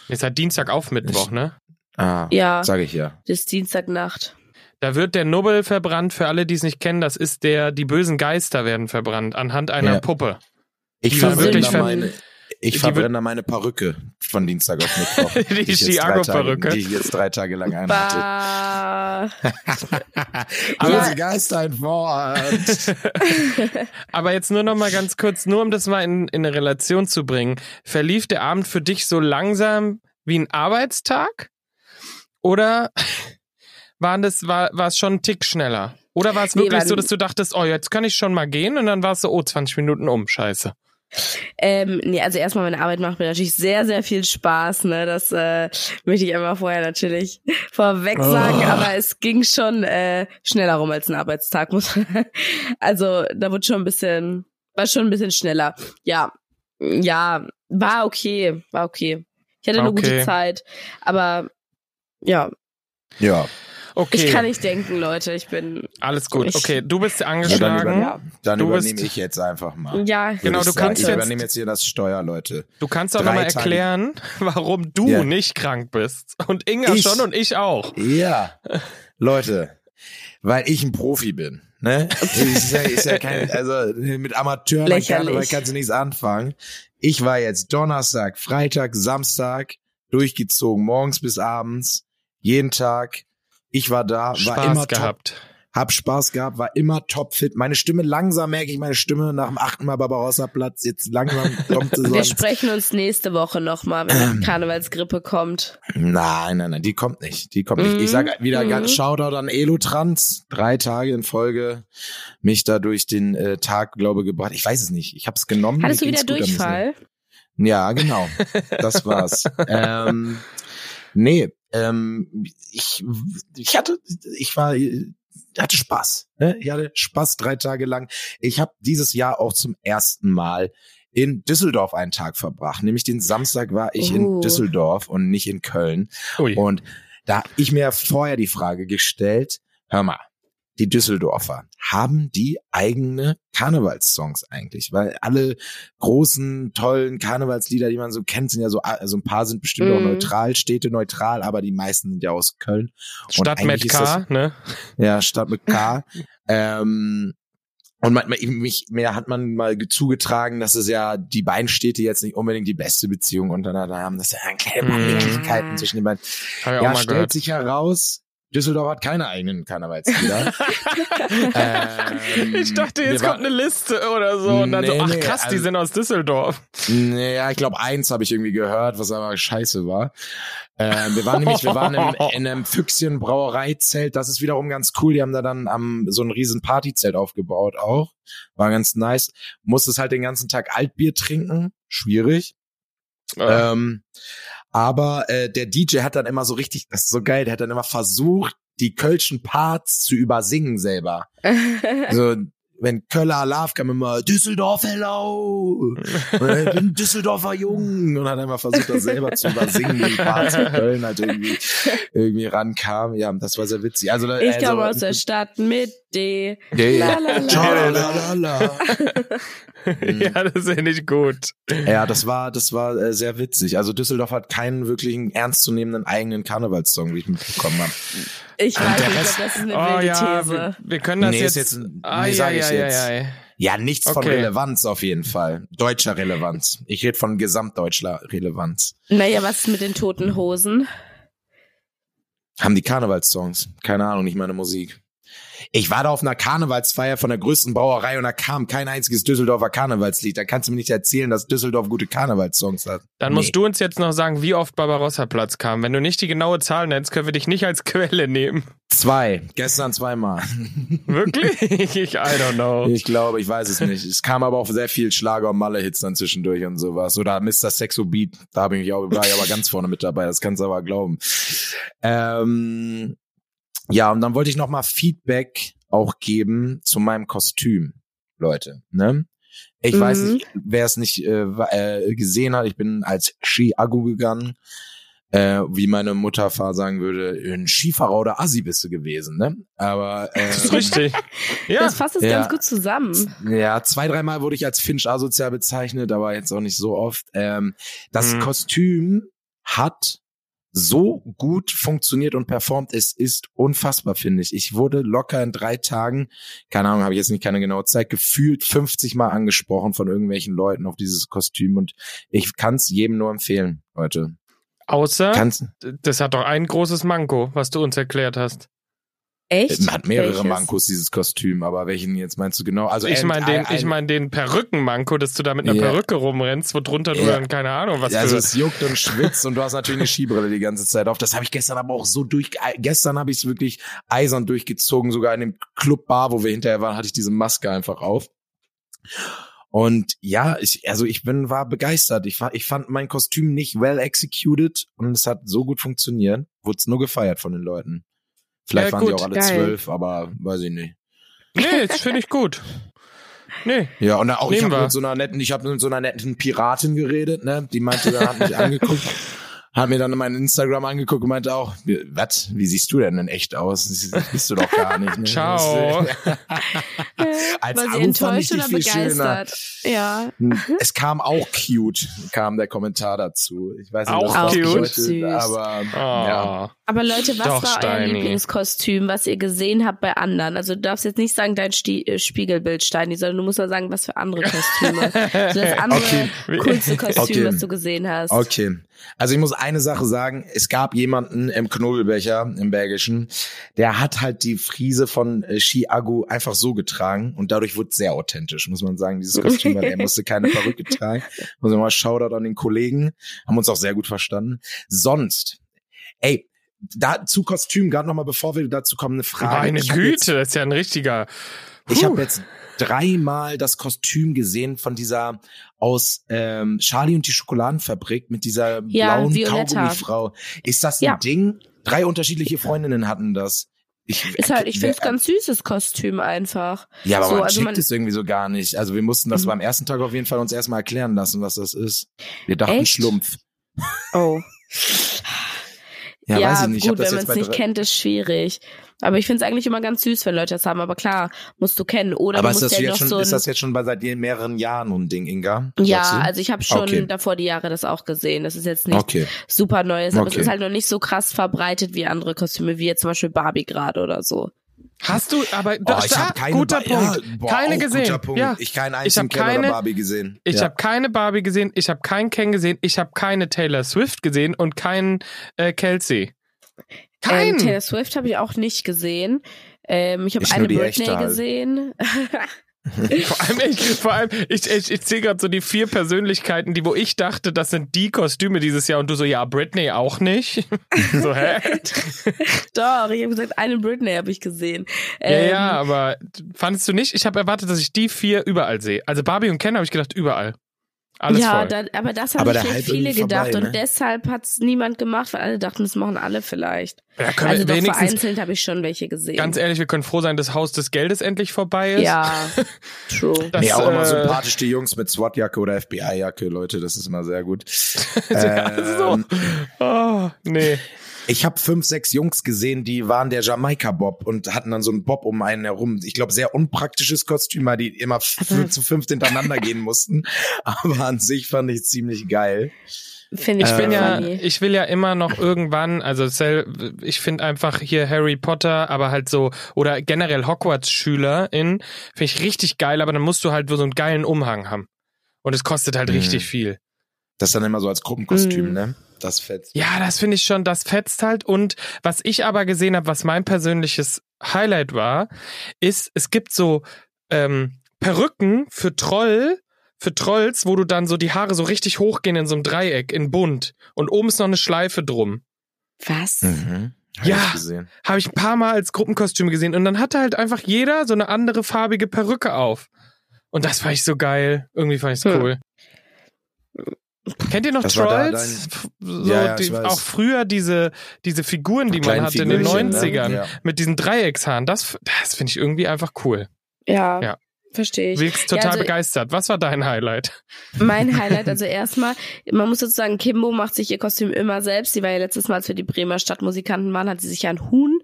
A: Jetzt hat Dienstag auf Mittwoch, ne?
C: Ah,
B: Ja,
C: sag ich ja.
B: das ist Dienstagnacht.
A: Da wird der Nubbel verbrannt. Für alle, die es nicht kennen, das ist der, die bösen Geister werden verbrannt anhand einer
C: Ja.
A: Puppe.
C: Ich
A: Die sind
C: verbrenne
A: wirklich
C: da
A: ver-
C: meine, ich
A: die
C: verbrenne da meine Perücke von Dienstag auf Mittwoch.
A: Die
C: ich jetzt drei Tage-
A: Chiago-Perücke.
C: Die ich jetzt drei Tage lang einhatte.
B: Bah.
A: Aber-
C: Böse Geister entwort.
A: Aber jetzt nur noch mal ganz kurz, nur um das mal in, in eine Relation zu bringen. Verlief der Abend für dich so langsam wie ein Arbeitstag? Oder waren das, war, war es schon ein Tick schneller? Oder war es
B: Nee,
A: wirklich
B: war-
A: so, dass du dachtest, oh, jetzt kann ich schon mal gehen und dann war es so, oh, 20 Minuten um, scheiße.
B: Ähm, nee, also erstmal meine Arbeit macht mir natürlich sehr, sehr viel Spaß, ne? Das äh, möchte ich einmal vorher natürlich
C: Oh.
B: vorweg sagen, aber es ging schon äh, schneller rum als ein Arbeitstag. Muss man. Also da wurde schon ein bisschen war schon ein bisschen schneller. Ja, ja, war okay, war okay. Ich hatte eine
A: Okay.
B: gute Zeit, aber ja,
C: Ja,
A: Okay,
B: ich kann nicht denken, Leute. Ich bin
A: alles gut.
B: Ich-
A: Okay, du bist
C: ja dann,
A: angeschlagen.
C: über, dann
A: Du
C: übernehme
A: bist-
C: ich jetzt einfach mal.
B: ja,
C: Würde
A: Genau,
C: ich
A: du
C: sagen.
A: kannst
C: ich
A: jetzt-
C: übernehme jetzt hier das Steuer, Leute.
A: Du kannst doch
C: Drei
A: nochmal
C: Tage.
A: erklären, warum du
C: Ja.
A: nicht krank bist. Und Inga
C: Ich?
A: schon und ich auch.
C: Ja, Leute, weil ich ein Profi bin. Ne? Ist ja, ist ja kein, also mit Amateuren und
B: Lächerlich.
C: Karneval kannst du nichts anfangen. Ich war jetzt Donnerstag, Freitag, Samstag durchgezogen, morgens bis abends, jeden Tag. Ich war da, war immer
A: Spaß
C: top
A: gehabt.
C: hab Spaß gehabt, war immer topfit. Meine Stimme langsam merke ich meine Stimme nach dem achten Mal Barbarossa-Platz. Jetzt langsam kommt sie so. Ähm.
B: Wir
C: ans-
B: sprechen uns nächste Woche nochmal, wenn die Karnevalsgrippe kommt.
C: Nein, nein, nein, die kommt nicht. Die kommt nicht.
B: Mhm.
C: Ich sag wieder
B: Mhm.
C: ganz Shoutout an Elotrans. Drei Tage in Folge mich da durch den äh, Tag, glaube gebracht. Ich weiß es nicht. Ich habe es genommen.
B: Hattest du
C: Mir
B: wieder
C: ging's gut am nächsten Tag.
B: Durchfall?
C: Ja, genau. Das war's. ähm, nee, ähm, ich, ich hatte, ich war, hatte Spaß. Ne? Ich hatte Spaß drei Tage lang. Ich habe dieses Jahr auch zum ersten Mal in Düsseldorf einen Tag verbracht. Nämlich den Samstag war ich in
B: Oh.
C: Düsseldorf und nicht in Köln.
A: Ui.
C: Und da hab ich mir vorher die Frage gestellt, hör mal, die Düsseldorfer, haben die eigene Karnevalssongs eigentlich? Weil alle großen, tollen Karnevalslieder, die man so kennt, sind ja so, also ein paar sind bestimmt auch
B: Mhm.
C: neutral, Städte neutral, aber die meisten sind ja aus Köln.
A: Statt
C: eigentlich
A: Matt
C: ist
A: K.,
C: das-
A: ne?
C: Ja, Stadt mit K. ähm, und man, man- mich, mir hat man mal ge- zugetragen, dass es ja die beiden Städte jetzt nicht unbedingt die beste Beziehung untereinander haben, dass ja kleine
A: Mhm.
C: Abhängigkeiten zwischen den beiden
A: Hab ich auch
C: ja,
A: mal
C: stellt
A: gehört.
C: sich heraus, Düsseldorf hat keine eigenen Karnevalslieder. Ähm,
A: ich dachte, jetzt
C: wir war-
A: kommt eine Liste oder so. Und dann so,
C: Nee,
A: ach
C: nee,
A: krass, die
C: also-
A: sind aus Düsseldorf.
C: Naja, ich glaube, eins habe ich irgendwie gehört, was aber scheiße war. Ähm, wir waren nämlich, wir waren im, in einem Füchschen-Brauereizelt. Das ist wiederum ganz cool. Die haben da dann am, so ein riesen Partyzelt aufgebaut auch. War ganz nice. Musstest halt den ganzen Tag Altbier trinken. Schwierig.
A: Äh,
C: Ähm, aber äh, der DJ hat dann immer so richtig, das ist so geil, der hat dann immer versucht, die kölschen Parts zu übersingen selber. So, wenn Köller Alarv kam immer Düsseldorf hello. Oder, Ich bin Düsseldorfer Jung und hat einmal versucht, das selber zu übersingen, wie Parts in Köln halt irgendwie, irgendwie rankam. Ja, das war sehr witzig. Also, da-
B: Ich komme aus
C: also,
B: der Stadt mit D. La,
C: Ja,
B: la,
C: ja.
B: la.
C: Tschalalalala. Ähm,
A: ja, das ist ja nicht gut.
C: Ja, das war, das war äh, sehr witzig. Also Düsseldorf hat keinen wirklichen ernstzunehmenden eigenen Karnevalssong, wie ich mitbekommen habe.
B: Ich weiß
C: der
B: nicht,
C: Rest-
B: ob das ist eine
A: Ah, oh
B: wilde
A: ja, wir,
B: These.
A: wir können das
C: Nee,
A: jetzt. Ah,
C: ist jetzt- nee,
A: Ai,
C: sag
A: ai,
C: ich
A: ai,
C: jetzt.
A: ai, ai.
C: Ja, nichts von
A: Okay.
C: Relevanz auf jeden Fall. Deutscher Relevanz. Ich rede von gesamtdeutscher Relevanz.
B: Naja, was ist mit den toten Hosen?
C: Haben die Karnevalssongs? Keine Ahnung, nicht meine Musik. Ich war da auf einer Karnevalsfeier von der größten Brauerei und da kam kein einziges Düsseldorfer Karnevalslied. Da kannst du mir nicht erzählen, dass Düsseldorf gute Karnevalssongs hat.
A: Dann musst du uns jetzt noch sagen, wie oft Barbarossa-Platz kam. Wenn du nicht die genaue Zahl nennst, können wir dich nicht als Quelle nehmen.
C: Zwei. Gestern zweimal.
A: Wirklich? ich, I don't know.
C: Ich glaube, ich weiß es nicht. Es kam aber auch sehr viel Schlager- und Malle-Hits dann zwischendurch und sowas. Oder Mr. Sexo Beat, da hab ich auch, war ich aber ganz vorne mit dabei, das kannst du aber glauben. Ähm, ja, und dann wollte ich nochmal Feedback auch geben zu meinem Kostüm, Leute. Ne? Ich
B: Mhm.
C: weiß nicht, wer es nicht äh, wa- äh, gesehen hat, ich bin als Ski-Agu gegangen. Äh, wie meine Mutterfahr sagen würde, ein Skifahrer oder Assi bist du gewesen, ne? Aber äh,
A: Das ist richtig. Ja,
B: Das fasst es
C: Ja.
B: ganz gut zusammen.
C: ja, zwei, dreimal wurde ich als Finch asozial bezeichnet, aber jetzt auch nicht so oft. Ähm, das
A: Mhm.
C: Kostüm hat so gut funktioniert und performt. Es ist unfassbar, finde ich. Ich wurde locker in drei Tagen, keine Ahnung, habe ich jetzt nicht keine genaue Zeit, gefühlt 50 Mal angesprochen von irgendwelchen Leuten auf dieses Kostüm und ich kann es jedem nur empfehlen, Leute.
A: außer,
C: Kann's,
A: das hat doch ein großes Manko, was du uns erklärt hast.
B: Echt?
C: hat mehrere
B: Welches?
C: Mankos, dieses Kostüm, aber welchen jetzt meinst du genau? Also
A: ich
C: ein-
A: meine den,
C: ein-
A: ich mein den Perückenmanko, dass du da mit einer
C: Ja.
A: Perücke rumrennst, worunter du
C: Ja.
A: dann keine Ahnung was
C: Ja, also
A: für...
C: es juckt und schwitzt und du hast natürlich eine Skibrille die ganze Zeit auf. Das habe ich gestern aber auch so durch. äh, Gestern habe ich es wirklich eisern durchgezogen. Sogar in dem Club Bar, wo wir hinterher waren, hatte ich diese Maske einfach auf. Und ja, ich, also ich bin war begeistert. Ich, war, ich fand mein Kostüm nicht well executed und es hat so gut funktioniert. Wurde es nur gefeiert von den Leuten. Vielleicht
A: Ja,
C: waren sie
A: gut,
C: auch alle
B: geil.
C: zwölf, aber weiß ich nicht.
A: Nee, das finde ich gut. Nee.
C: Ja, und auch ich
A: Nehmen
C: habe
A: wir.
C: mit so einer netten, ich habe mit so einer netten Piratin geredet, ne? Die meinte, dann hat mich angeguckt, hat mir dann mein Instagram angeguckt und meinte auch, "Wie- was? Wie siehst du denn in echt aus? Das bist du doch gar nicht. Ne?
A: Ciao.
C: Als
B: War sie
C: Anruf fand
B: enttäuscht
C: ich dich
B: oder
C: viel schöner. Hm.
B: begeistert? Mhm. Ja.
C: Es kam auch cute, kam der Kommentar dazu. Ich weiß nicht,
A: Auch
C: was das
A: cute?
C: bedeutet,
B: Süß.
C: aber
A: Oh.
C: ja.
B: Aber Leute, was
A: Doch,
B: war euer
A: Steini.
B: Lieblingskostüm, was ihr gesehen habt bei anderen? Also du darfst jetzt nicht sagen, dein Sti äh, Spiegelbild, Steini, sondern du musst mal sagen, was für andere Kostüme. so das andere
C: Okay.
B: coolste Kostüm,
C: Okay.
B: was du gesehen hast.
C: Okay. Also ich muss eine Sache sagen, es gab jemanden im Knobelbecher im Belgischen, der hat halt die Friese von äh, Chiago einfach so getragen und dadurch wurde es sehr authentisch, muss man sagen, dieses Kostüm, weil er musste keine Perücke tragen. Muss man mal Shoutout an den Kollegen, haben uns auch sehr gut verstanden. Sonst, ey, da zu Kostüm, gerade nochmal, bevor wir dazu kommen, eine Frage.
A: Meine
C: Ich hab jetzt-
A: Güte, das ist ja ein richtiger.
C: ich
A: Puh.
C: habe jetzt dreimal das Kostüm gesehen von dieser aus ähm, Charlie und die Schokoladenfabrik mit dieser
B: Ja,
C: blauen
B: Violetta.
C: Kaugummifrau. Ist das ein
B: Ja.
C: Ding? Drei unterschiedliche Freundinnen hatten das. Ich,
B: Ist halt, ich finde
C: wer-
B: es ganz süßes Kostüm einfach.
C: Ja, aber
B: so,
C: man
B: also
C: checkt
B: man-
C: es irgendwie so gar nicht. Also wir mussten das
B: Mhm.
C: beim ersten Tag auf jeden Fall uns erstmal erklären lassen, was das ist. Wir dachten
B: Echt?
C: Schlumpf.
B: Oh.
C: Ja, weiß ich nicht. ich hab
B: gut,
C: das
B: wenn man
C: jetzt
B: es
C: bei
B: nicht
C: drei-
B: kennt, ist schwierig. Aber ich finde es eigentlich immer ganz süß, wenn Leute das haben. Aber klar, musst du kennen. Oder
C: aber
B: du
C: ist
B: musst
C: das,
B: ja noch
C: jetzt schon,
B: so ein,
C: ist das jetzt schon bei seit mehreren Jahren ein Ding, Inga? Sagst du?
B: Ja, also ich habe schon
C: Okay.
B: davor die Jahre das auch gesehen. Das ist jetzt nicht
C: Okay.
B: super Neues, aber es
C: Okay.
B: ist halt noch nicht so krass verbreitet wie andere Kostüme, wie jetzt zum Beispiel Barbie gerade oder so.
A: Hast du, aber
C: Oh,
A: das
C: ich habe keine
A: guter
C: Ba-
A: Punkt.
C: Ja, boah,
A: keine
C: auch Guter
A: gesehen.
C: Punkt.
A: Ja.
C: Ich keinen
A: Ich hab
C: einzigen Ken oder
A: keine-
C: Barbie gesehen.
A: Ich
C: ja.
A: habe keine Barbie gesehen, ich habe keinen Ken gesehen, ich habe keine Taylor Swift gesehen und keinen äh, Kelsey.
B: Ähm,
A: Keinen.
B: Taylor Swift habe ich auch nicht gesehen. Ähm, ich habe
C: Ich
B: eine
C: nur die
B: Britney
C: echte halt.
B: gesehen.
A: vor allem, ich, vor allem, ich, ich, ich zähle gerade so die vier Persönlichkeiten, die wo ich dachte, das sind die Kostüme dieses Jahr und du so, ja, Britney auch nicht. so, hä?
B: Doch, ich habe gesagt, eine Britney habe ich gesehen.
A: Ja,
B: Ähm,
A: ja, aber fandest du nicht? Ich habe erwartet, dass ich die vier überall sehe. Also Barbie und Ken habe ich gedacht, überall. Alles voll.
B: ja, da, aber das
C: Aber
B: haben
C: der
B: sich
C: Hype
B: echt viele
C: irgendwie
B: gedacht
C: vorbei, ne?
B: und deshalb hat es niemand gemacht, weil alle dachten, das machen alle vielleicht.
A: Ja, können
B: Also
A: wir
B: doch
A: wenigstens,
B: vereinzelt habe ich schon welche gesehen.
A: ganz ehrlich, wir können froh sein, dass Haus des Geldes endlich vorbei ist.
B: ja, true.
A: Das,
C: nee, auch immer
A: äh,
C: sympathisch die Jungs mit SWAT-Jacke oder FBI-Jacke, Leute, das ist immer sehr gut.
A: ja,
C: Ähm,
A: so. Oh, nee.
C: Ich habe fünf, sechs Jungs gesehen, die waren der Jamaika-Bob und hatten dann so einen Bob um einen herum. Ich glaube, sehr unpraktisches Kostüm, weil die immer f- zu fünft hintereinander gehen mussten. Aber an sich fand ich ziemlich geil.
B: Finde ich,
A: Ich bin
B: funny.
A: ja, ich will ja immer noch irgendwann, also sel- ich finde einfach hier Harry Potter, aber halt so, oder generell Hogwarts-SchülerInnen, finde ich richtig geil, aber dann musst du halt so einen geilen Umhang haben. Und es kostet halt
C: Mhm.
A: richtig viel.
C: Das dann immer so als Gruppenkostüm,
B: Mhm.
C: ne? Das fällt.
A: Ja, das finde ich schon, das fetzt halt. Und was ich aber gesehen habe, was mein persönliches Highlight war, ist, es gibt so ähm, Perücken für Troll, für Trolls, wo du dann so die Haare so richtig hochgehen in so einem Dreieck, in bunt. Und oben ist noch eine Schleife drum.
B: Was?
C: Mhm. Hab
A: Ja.
C: Ich gesehen.
A: Habe ich ein paar Mal als Gruppenkostüme gesehen. Und dann hatte halt einfach jeder so eine andere farbige Perücke auf. Und das fand ich so geil. Irgendwie fand ich
B: Hm.
A: cool. Kennt ihr noch
C: Das war da
A: Trolls? F- So
C: Ja, ja, ich
A: die,
C: weiß.
A: auch früher diese, diese Figuren, die man
C: Kleinen
A: hatte in den
C: Figürchen,
A: 90ern.
C: Ne? Ja.
A: Mit diesen Dreieckshaaren. Das, f- das finde ich irgendwie einfach cool.
B: Ja,
A: Ja.
B: verstehe ich.
A: Wirkst total
B: Ja, also-
A: begeistert. Was war dein Highlight?
B: Mein Highlight, also erstmal, man muss dazu sagen, Kimbo macht sich ihr Kostüm immer selbst. Sie war ja letztes Mal, als wir die Bremer Stadtmusikanten waren, hat sie sich ja ein Huhn,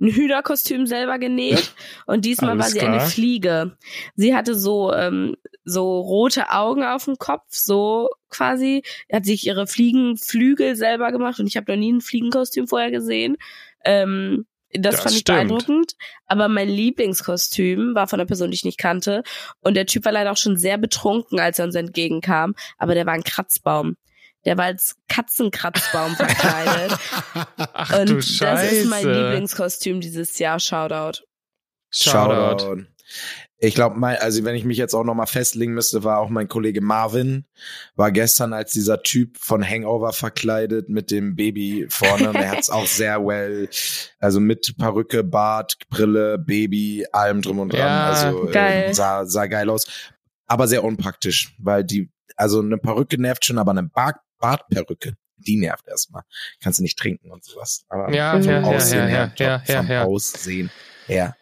B: ein Hühnerkostüm selber genäht. Und diesmal
A: Alles
B: war sie
A: klar.
B: eine Fliege. Sie hatte so, ähm, so rote Augen auf dem Kopf, so quasi. Hat sich ihre Fliegenflügel selber gemacht und ich habe noch nie ein Fliegenkostüm vorher gesehen. Ähm, das,
A: Das
B: fand ich
A: stimmt.
B: beeindruckend. Aber mein Lieblingskostüm war von einer Person, die ich nicht kannte. Und der Typ war leider auch schon sehr betrunken, als er uns entgegenkam. Aber der war ein Kratzbaum. Der war als Katzenkratzbaum verkleidet.
A: Ach
B: Und
A: du
B: das
A: Scheiße.
B: ist mein Lieblingskostüm dieses Jahr. Shoutout.
A: Shoutout.
C: Ich glaube, also wenn ich mich jetzt auch nochmal festlegen müsste, war auch mein Kollege Marvin, war gestern als dieser Typ von Hangover verkleidet mit dem Baby vorne. Und er hat es auch sehr well, also mit Perücke, Bart, Brille, Baby, allem drum und dran.
A: Ja,
C: also äh,
B: geil.
C: Sah, sah geil aus. Aber sehr unpraktisch, weil die, also eine Perücke nervt schon, aber eine Bart Bartperücke, die nervt erstmal. Kannst du nicht trinken und sowas. Aber
A: Ja,
B: Mhm.
A: ja, ja,
C: Aussehen
A: ja,
C: her,
A: ja,
C: top.
A: ja,
C: Vom
A: ja.
C: Aussehen her,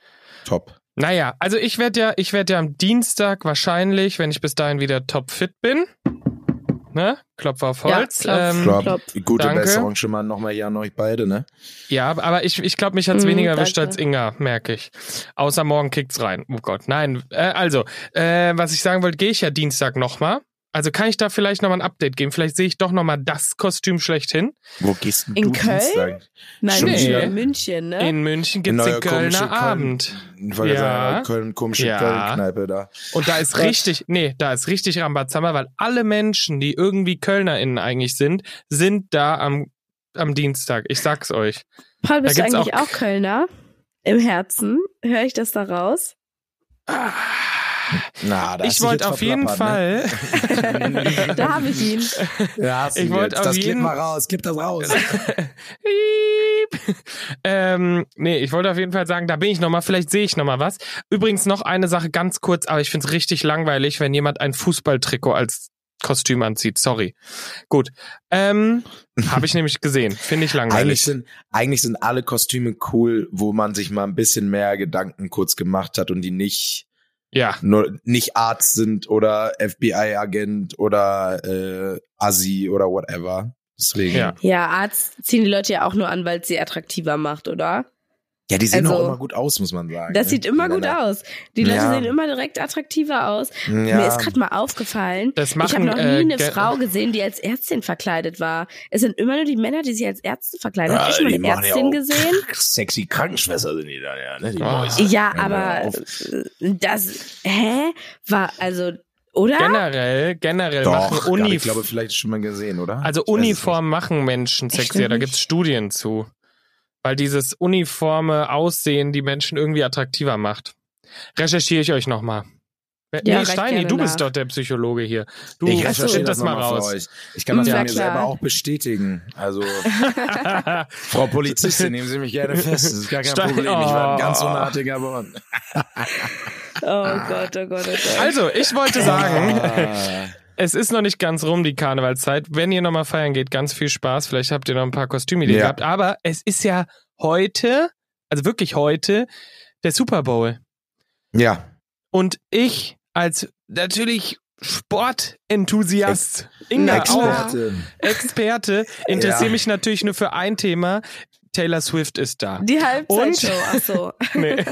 C: top.
A: Naja, also ich werde ja, ich werde ja am Dienstag wahrscheinlich, wenn ich bis dahin wieder topfit bin, ne? Klopfer auf Holz.
B: Ja, klopf.
A: ähm,
C: Klar,
B: Klopp.
C: gute
A: Danke.
C: Besserung schon mal nochmal hier an euch beide, ne?
A: ja aber ich, ich glaube, mich hat's
B: Mhm,
A: weniger erwischt
B: danke.
A: als Inga, merke ich. Außer morgen kickt's rein. Oh Gott, nein. Äh, also, äh, was ich sagen wollte, gehe ich ja Dienstag nochmal. Also kann ich da vielleicht nochmal ein Update geben? Vielleicht sehe ich doch nochmal das Kostüm schlechthin.
C: Wo gehst denn
B: In
C: du
B: Köln?
C: Dienstag?
B: Nein,
C: Schon
B: nee.
A: wieder?
B: in München, ne?
A: In München gibt's
C: neuer
A: den Kölner
C: komische Köln-
A: Abend.
C: Ich wollte
A: Ja.
C: sagen, Köln, komische
A: Ja.
C: Köln-Kneipe da.
A: Und da ist
B: Gott.
A: richtig, nee, da ist richtig Rambazamba, weil alle Menschen, die irgendwie KölnerInnen eigentlich sind, sind da am, am Dienstag. Ich sag's euch.
B: Paul, bist
A: Da
B: du
A: gibt's
B: eigentlich
A: auch-
B: auch, Kölner? Im Herzen? Höre ich das da raus?
C: Na, da hast
A: ich
C: du dich
A: wollte
C: jetzt
A: auf jeden
C: verplappert,
A: Fall,
B: da habe ich ihn.
C: Ne? Ja, hast du
A: Ich wollte
C: jetzt.
A: auf
C: das
A: jeden-
C: Klipp mal raus, klipp das raus.
A: Piep. ähm, nee, ich wollte auf jeden Fall sagen, da bin ich nochmal, vielleicht sehe ich nochmal was. Übrigens noch eine Sache ganz kurz, aber ich find's richtig langweilig, wenn jemand ein Fußballtrikot als Kostüm anzieht. Sorry. Gut. Ähm, Habe ich nämlich gesehen. Finde ich
C: Eigentlich
A: langweilig.
C: sind, eigentlich sind alle Kostüme cool, wo man sich mal ein bisschen mehr Gedanken kurz gemacht hat und die nicht
A: Ja.
C: nur nicht Arzt sind oder FBI-Agent oder äh, Assi oder whatever. Deswegen.
A: Ja.
C: Ja,
B: Ja, Arzt ziehen die Leute ja auch nur an, weil es sie attraktiver macht, oder?
C: die sehen
B: Also,
C: auch immer gut aus, muss man sagen. ne?
B: Das sieht immer gut aus. Die Leute
C: Ja.
B: sehen immer direkt attraktiver aus.
C: Ja.
B: Mir ist gerade mal aufgefallen,
A: Das
B: ich habe
A: machen,
B: noch nie
A: äh,
B: eine
A: Ge-
B: Frau gesehen, die als Ärztin verkleidet war. Es sind immer nur die Männer, die sich als Ärzte verkleiden. Hast du schon mal eine Ärztin gesehen? Ah.
C: Sexy Krankenschwester sind die da, ja, ne? Die
A: Oh. Mäuse.
B: Ja,
C: Ja,
B: aber
C: auf.
B: äh, das, hä? War, also, oder?
A: Genau. Generell, generell
C: Doch,
A: machen
C: Uni ich
A: Unif
C: glaube, vielleicht schon mal gesehen, oder?
A: also
C: Ich weiß es nicht.
A: Uniform machen Menschen
B: Echt
A: sexier. Da
B: nicht?
A: gibt's Studien zu. Weil dieses uniforme Aussehen die Menschen irgendwie attraktiver macht. Recherchiere ich euch nochmal.
B: Ja,
A: nee,
B: reicht
A: Steini,
B: gerne
A: du bist
B: nach.
A: doch der Psychologe hier. Du
C: ich
A: find
C: recherchiere
A: das mal
C: nochmal für
A: raus.
C: euch. Ich kann das
B: Ja,
C: ja, mir
B: klar.
C: selber auch bestätigen. Also, Frau Polizistin, nehmen Sie mich gerne fest. Das ist gar kein
A: Stein-
C: Problem. Ich war ein
A: Oh.
C: ganz unartiger Bauern.
B: Oh Gott, oh Gott, oh Gott.
A: also, ich wollte sagen,
C: Ah.
A: es ist noch nicht ganz rum, die Karnevalszeit. Wenn ihr nochmal feiern geht, ganz viel Spaß. Vielleicht habt ihr noch ein paar Kostümideen
C: Ja.
A: gehabt. Aber es ist ja heute, also wirklich heute, der Super Bowl.
C: Ja,
A: Und ich als natürlich Sportenthusiast, Inga
B: Na klar.
A: auch,
C: Experte.
A: Experte, interessiere
C: Ja.
A: mich natürlich nur für ein Thema. Taylor Swift ist da.
B: die Halbzeitshow, ach so.
A: Nee.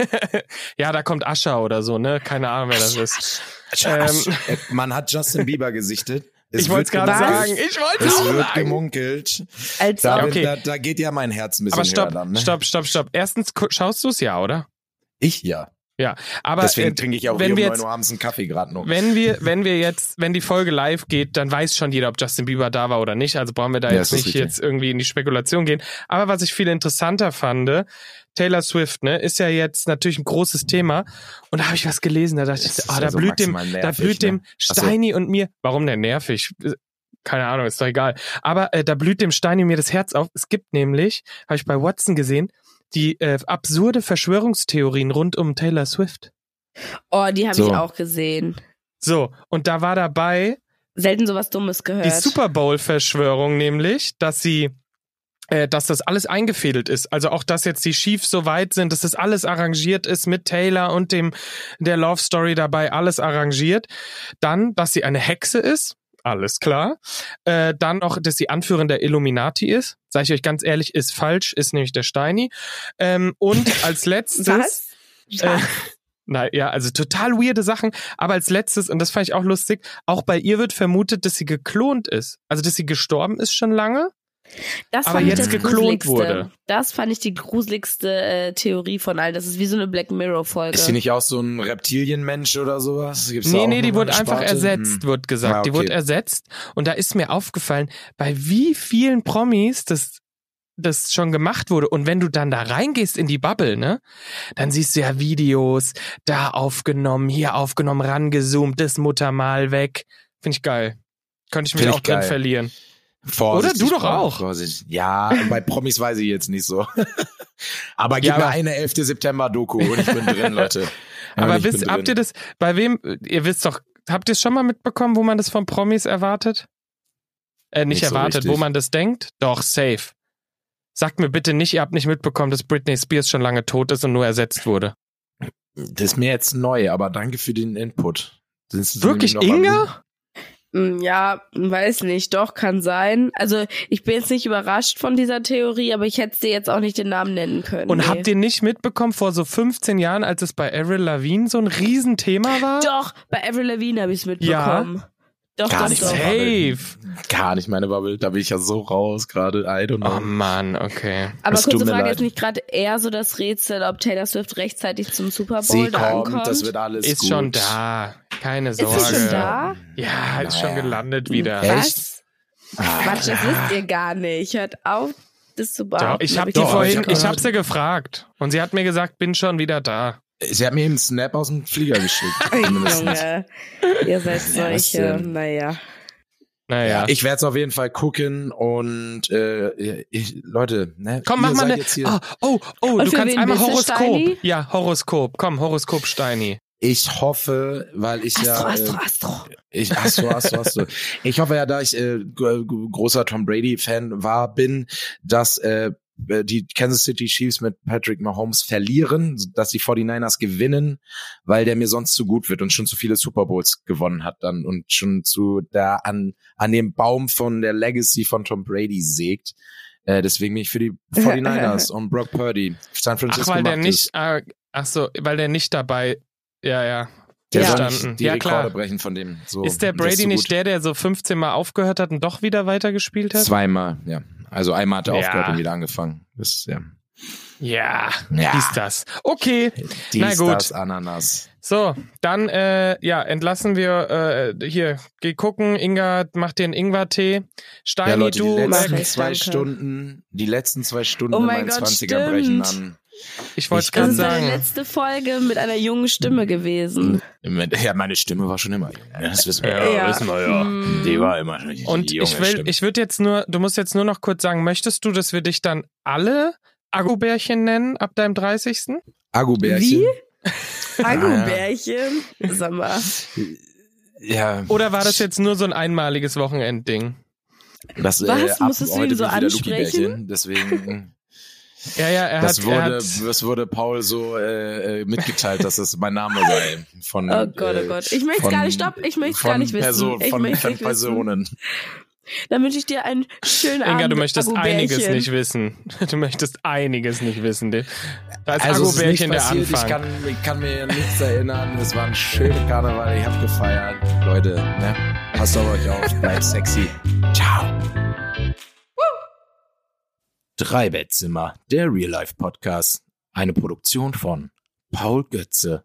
A: ja, da kommt Ascha oder so, ne? Keine Ahnung, wer das ist. Ähm,
C: Äh, Man hat Justin Bieber gesichtet. Es
A: ich wollte es
C: wird
A: gerade sagen.
C: gemunkelt.
A: Ich wollte es
C: Es
A: auch
C: wird
A: sagen.
C: gemunkelt.
B: Als
C: Da,
B: ob.
A: Okay.
C: da, da geht ja mein Herz ein bisschen
A: Aber stopp,
C: höher dann. Ne?
A: stopp, stopp, stopp. Erstens gu- schaust du es ja, oder?
C: Ich ja.
A: Aber
C: Deswegen
A: äh,
C: trinke ich auch
A: wenn
C: hier um
A: wir
C: 9
A: jetzt-
C: Uhr abends einen Kaffee gerade noch.
A: wenn wir, wenn wir jetzt, wenn die Folge live geht, dann weiß schon jeder, ob Justin Bieber da war oder nicht. Also brauchen wir da
C: Ja,
A: jetzt
C: das ist
A: nicht
C: richtig.
A: jetzt irgendwie in die Spekulation gehen. Aber was ich viel interessanter fand, äh, Taylor Swift, ne, ist ja jetzt natürlich ein großes Thema. Und da habe ich was gelesen, da dachte
C: Das
A: ich,
C: ist
A: ah,
C: ja
A: da
C: so
A: blüht dem,
C: maximal
A: da
C: nervig,
A: blüht dem
C: ne? Ach so.
A: Steini und mir. Warum denn nervig? Äh, Keine Ahnung, ist doch egal. Aber äh, da blüht dem Steini mir das Herz auf. Es gibt nämlich, habe ich bei Watson gesehen, die äh, absurde Verschwörungstheorien rund um Taylor Swift.
B: Oh, die habe
C: So.
B: ich auch gesehen.
A: So, und da war dabei,
B: Selten sowas Dummes gehört.
A: Die Super Bowl-Verschwörung nämlich, dass sie, äh, dass das alles eingefädelt ist. Also auch, dass jetzt die Chiefs so weit sind, dass das alles arrangiert ist mit Taylor und dem der Love Story dabei, alles arrangiert. Dann, dass sie eine Hexe ist. Alles klar. Äh, dann noch, dass sie Anführerin der Illuminati ist. Sag ich euch ganz ehrlich, ist falsch, ist nämlich der Steini. Ähm, und als letztes.
B: Was?
A: Äh, na ja, also total weirde Sachen. Aber als letztes, und das fand ich auch lustig, auch bei ihr wird vermutet, dass sie geklont ist. Also, dass sie gestorben ist schon lange.
B: Das
A: aber
B: fand ich
A: jetzt
B: das
A: geklont
B: Gruseligste.
A: wurde.
B: Das fand ich die gruseligste äh, Theorie von allen. Das ist wie so eine Black Mirror-Folge.
C: Ist sie nicht auch so ein Reptilienmensch oder sowas? Gibt's da
A: äh, nee,
C: auch
A: nee,
C: noch
A: die
C: eine
A: wurde einfach
C: Sparte?
A: ersetzt,
C: Hm.
A: wird gesagt.
C: Ah,
A: Die
C: okay.
A: wurde ersetzt. Und da ist mir aufgefallen, bei wie vielen Promis das das schon gemacht wurde. Und wenn du dann da reingehst in die Bubble, ne, dann siehst du ja Videos, da aufgenommen, hier aufgenommen, rangezoomt, das Muttermal weg. Finde ich geil. Könnte ich mich
C: Find
A: auch
C: ich
A: drin
C: geil.
A: verlieren.
C: Vorsichtig,
A: Oder du doch
C: Paul,
A: auch.
C: Vorsichtig. Ja, bei Promis weiß ich jetzt nicht so. aber gib
A: Ja,
C: mir
A: aber-
C: eine 11. September Doku und ich bin drin, Leute. Ja,
A: Aber
C: ich bin
A: wisst,
C: drin.
A: habt ihr das, bei wem, ihr wisst doch, habt ihr es schon mal mitbekommen, wo man das von Promis erwartet? Äh, nicht,
C: Nicht so
A: erwartet, wo
C: richtig.
A: man das denkt? Doch, safe. Sagt mir bitte nicht, ihr habt nicht mitbekommen, dass Britney Spears schon lange tot ist und nur ersetzt wurde.
C: Das ist mir jetzt neu, aber danke für den Input. Sind- sind
A: Wirklich
C: noch am-
A: Inga?
B: Hm, Ja, weiß nicht, doch, kann sein. Also ich bin jetzt nicht überrascht von dieser Theorie, aber ich hätte dir jetzt auch nicht den Namen nennen können.
A: Und
B: nee.
A: habt ihr nicht mitbekommen vor so 15 Jahren, als es bei Avril Lavigne so ein Riesenthema war?
B: Doch, bei Avril Lavigne habe ich es mitbekommen. Doch,
C: Gar
B: doch,
C: nichts
B: doch.
C: mehr.
A: Safe.
C: Gar nicht meine Bubble. Da bin ich ja so raus gerade. I don't know.
A: Oh Mann, okay.
B: Aber
C: Es tut
B: kurze
C: mir
B: Frage,
C: leid.
B: ist nicht gerade eher so das Rätsel, ob Taylor Swift rechtzeitig zum Super Bowl
C: Sie
B: da ankommt?
C: kommt, das wird alles
A: Ist
C: gut.
A: schon da. Keine
B: sie
A: Sorge.
B: schon da?
A: Ja, ist schon
C: Naja.
A: gelandet wieder.
C: Echt?
B: Was?
C: Ah,
B: Quatsch, das wisst ihr gar nicht. Hört auf, das zu
A: Doch,
B: behaupten.
A: ich
B: hab
A: habe die
C: doch, ich
A: vorhin,
C: hab
A: ich
C: gehört.
A: habe sie gefragt und sie hat mir gesagt, bin schon wieder da.
C: Sie hat mir eben einen Snap aus dem Flieger geschickt. zumindest.
B: Junge, ihr seid
C: Ja, was
B: solche,
C: denn?
B: naja.
A: Naja,
C: Ich werde es auf jeden Fall gucken und äh, ich, Leute, ne,
A: komm, mach
C: ihr
A: mal
C: seid
A: eine.
C: jetzt hier.
A: Ah, Oh, oh,
B: Und
A: du
B: für
A: kannst
B: wen
A: einmal
B: bist du,
A: Horoskop.
B: Steini?
A: Ja, Horoskop. Komm, Horoskop Steini.
C: Ich hoffe, weil ich
B: Astro,
C: ja äh,
B: Astro, Astro.
C: Ich, ach so, ach so, ach so. Ich hoffe ja, da ich äh, g- g- großer Tom Brady-Fan war, bin, dass äh, die Kansas City Chiefs mit Patrick Mahomes verlieren, dass die 49ers gewinnen, weil der mir sonst zu gut wird und schon zu viele Super Bowls gewonnen hat dann und schon zu da an, an dem Baum von der Legacy von Tom Brady sägt. Äh, deswegen bin ich für die 49ers und Brock Purdy. San
A: Ach,
C: Francisco
A: weil der
C: macht
A: nicht,
C: es.
A: ah, ach so, weil der nicht dabei. Ja, ja.
C: Der
B: Ja.
C: soll nicht
A: Verstanden.
C: die
A: Ja,
C: Rekorde
A: klar.
C: brechen von dem. So,
A: Ist der
C: das
A: Brady
C: so
A: nicht
C: gut.
A: der, der so 15 Mal aufgehört hat und doch wieder weitergespielt hat?
C: Zweimal, ja. Also einmal hat er
A: Ja.
C: aufgehört und wieder angefangen. Das, ist, ja.
A: Ja,
C: Ja.
A: dies, das. Okay,
C: Dies,
A: Na gut.
C: das, Ananas.
A: so, dann, äh, ja, entlassen wir, äh, hier, geh gucken, Inga macht den Ingwer-Tee. Steini,
C: ja, Leute,
A: du,
C: die
B: Max,
C: letzten
A: äh,
B: danke.
C: zwei Stunden, die letzten zwei Stunden
B: Oh
C: in
B: mein
C: meinen
B: Gott,
C: 20ern brechen
B: stimmt.
C: an.
A: ich wollte
C: ich
B: Das
A: gerade
B: ist deine
A: sagen.
B: letzte Folge mit einer jungen Stimme gewesen.
C: Im Moment- Ja, meine Stimme war schon immer jung. ne? Das wissen wir
A: Ja,
B: wissen wir ja. Mm.
C: Die war immer schon die
A: Und
C: junge
A: ich will,
C: Stimme.
A: ich würde jetzt nur, du musst jetzt nur noch kurz sagen, möchtest du, dass wir dich dann alle Agobärchen nennen ab deinem 30.?
C: Agubärchen.
B: Wie?
A: Hm.
B: Agubärchen? Sag mal.
C: Ja,
A: Oder war das jetzt nur so ein einmaliges Wochenendding?
C: das, äh,
B: Was?
C: ab
B: Musstest du ihn
C: heute
B: so
C: wird wieder
B: ansprechen?
C: Luki-Bärchen, Deswegen,
A: Ja, ja, er hat,
C: das
A: er
C: wurde,
A: hat
C: das wurde Paul so äh, äh, mitgeteilt, dass das mein Name sei. Von,
B: Oh Gott, oh
C: äh,
B: Gott. Ich möchte es
C: von-
B: gar nicht stoppen. Ich möchte es gar
C: von
B: nicht wissen.
C: Person-
B: ich
C: von
B: möchte
C: von
B: nicht wissen.
C: Personen.
B: Dann wünsche ich dir einen schönen Abend.
A: Inga, du möchtest
B: Agubärchen.
A: einiges nicht wissen. Du möchtest einiges nicht wissen. Da ist
C: Also es ist nicht
A: Agobärchen der
C: passiert. Ich
A: Anfang.
C: kann, ich kann mir nichts erinnern. Es war ein schöner Karneval. Ich hab gefeiert. Leute, ne? passt auf euch auf. Bleibt sexy. Ciao. Drei Bettzimmer, der Real Life Podcast. Eine Produktion von Paul Götze.